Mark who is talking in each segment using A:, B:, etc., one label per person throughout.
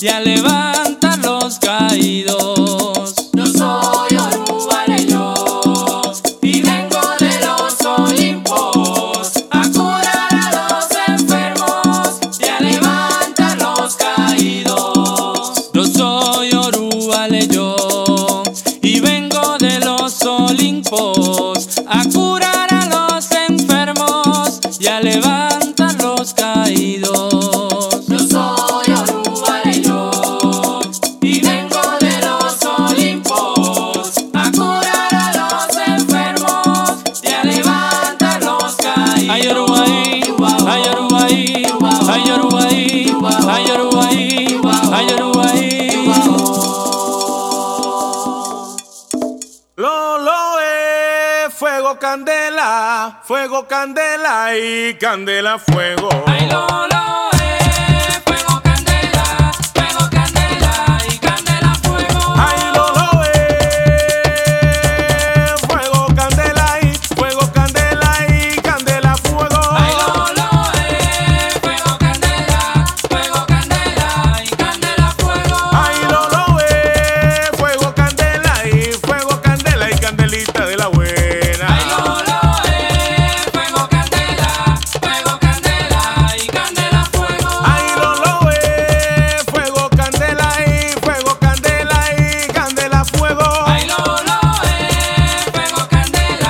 A: y a levantar los caídos.
B: Yo soy Orubareños y vengo de los Olimpos a curar a los enfermos y a levantar los caídos.
A: Yo soy Orúbale yo y vengo de los Olimpos a curar a los enfermos y a levantar los caídos.
B: Yo soy Orubareños y vengo de los Olimpos a curar a los enfermos y a levantar los caídos.
A: Ay Orubaí, ay Orubaí, ay Orubaí, ay Orubaí, ay Orubaí.
C: Lo lo es fuego candela, fuego candela y candela fuego.
A: Ay Lolo, eh, fuego candela, fuego candela y candela fuego.
C: Ay lo lo es fuego candela y fuego candela y candela fuego.
A: Ay Lolo, eh, fuego candela, fuego candela y candela fuego.
C: Ay lo lo es fuego candela y fuego candela y candelita de la
A: Ay
C: buena.
A: Lolo, eh, fuego candela, fuego candela y candela fuego.
C: Ay lo lo es fuego candela y fuego candela y candela fuego.
A: Ay Lolo, eh, fuego candela,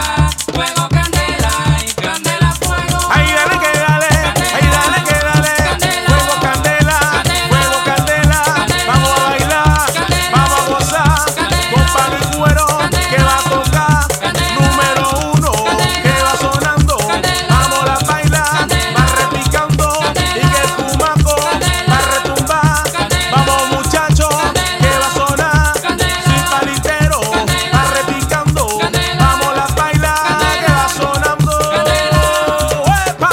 A: fuego candela y candela fuego.
C: Ay, dale que dale, ay, dale que dale. Fuego candela, fuego candela. Vamos a bailar, vamos a gozar. Con pan y cuero que va a tocar. Número uno que va sonando. Vamos a bailar, va repicando. Y que el cumaco va a retumbar. Vamos, muchachos, que va a sonar. Sin palitero, va repicando. Vamos a bailar, que va sonando. ¡Epa!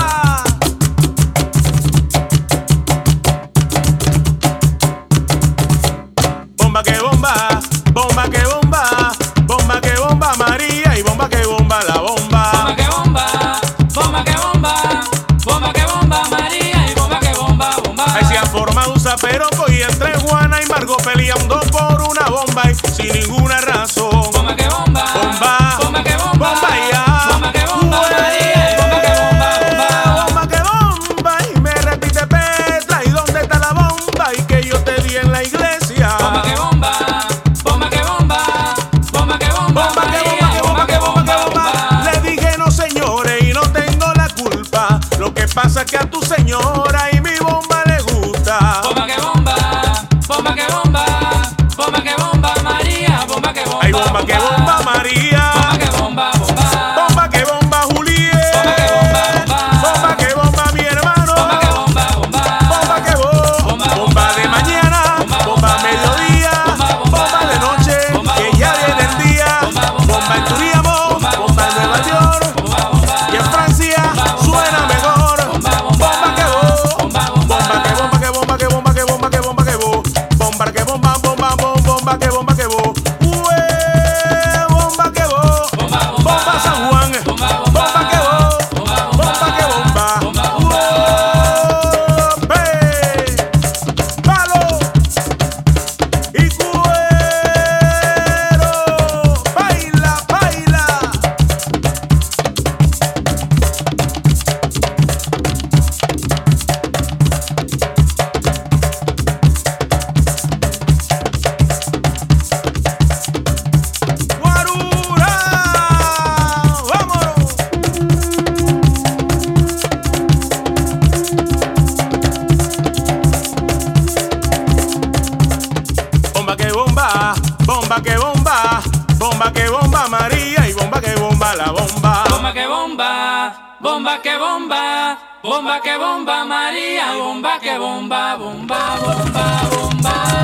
C: Bomba que bomba, bomba que bomba, bomba que bomba María y bomba que bomba la
A: Bomba
C: bomba.
A: que bomba, bomba que bomba, bomba que bomba María y bomba que bomba, bomba.
C: Ahí se ha formado un zaperoco y entre Juana y Margot pelean dos por una bomba y sin ninguna razón.
A: Bomba que bomba,
C: Bomba,
A: bomba que bomba,
C: bomba ya,
A: bomba que bomba
C: Ué,
A: María y bomba que bomba, bomba.
C: bomba que bomba y me repite Petra y dónde está la bomba y que yo te vi en la iglesia.
A: Bomba que bomba, bomba que bomba, bomba que bomba
C: Bomba que bomba, que bomba, que bomba, que bomba. Le dije no señores y no tengo la culpa. Lo que pasa es que a tu señora y mi bomba le gusta.
A: Bomba que bomba, bomba que bomba, bomba que bomba María, bomba que bomba.
C: Ay bomba que bomba
A: Bomba
C: María,
A: que bomba, bomba.
C: bomba que bomba Juliet,
A: Bomba que bomba, bomba.
C: bomba que bomba mi hermano,
A: Bomba que bomba, bomba.
C: bomba que bomba,
A: Bomba,
C: bomba de
A: bomba.
C: mañana,
A: Bomba,
C: bomba
A: bomba.
C: mediodía,
A: Bomba, bomba.
C: bomba de noche,
A: Bomba,
C: que ya
A: bomba.
C: viene el día,
A: Bomba, bomba.
C: bomba en Turiamo,
A: Bomba,
C: bomba en Nueva York.
A: Bomba, bomba.
C: Y en Francia suena mejor. Bomba, que bomba, bomba que bomba que bomba que bomba que bomba que bomba que bomba, bomba que bomba, bomba bomba bomba que bomba que bomba, Ué, bomba que bomba, bomba San Juan, bomba que bomba, bomba que bomba, Ué, ve, palo y cuero, baila, baila. Guarura, vámonos. Bomba que bomba, bomba que bomba, bomba que bomba María y bomba que bomba la bomba.
A: Bomba que bomba, bomba que bomba, bomba que bomba María, bomba que bomba, bomba, bomba, bomba.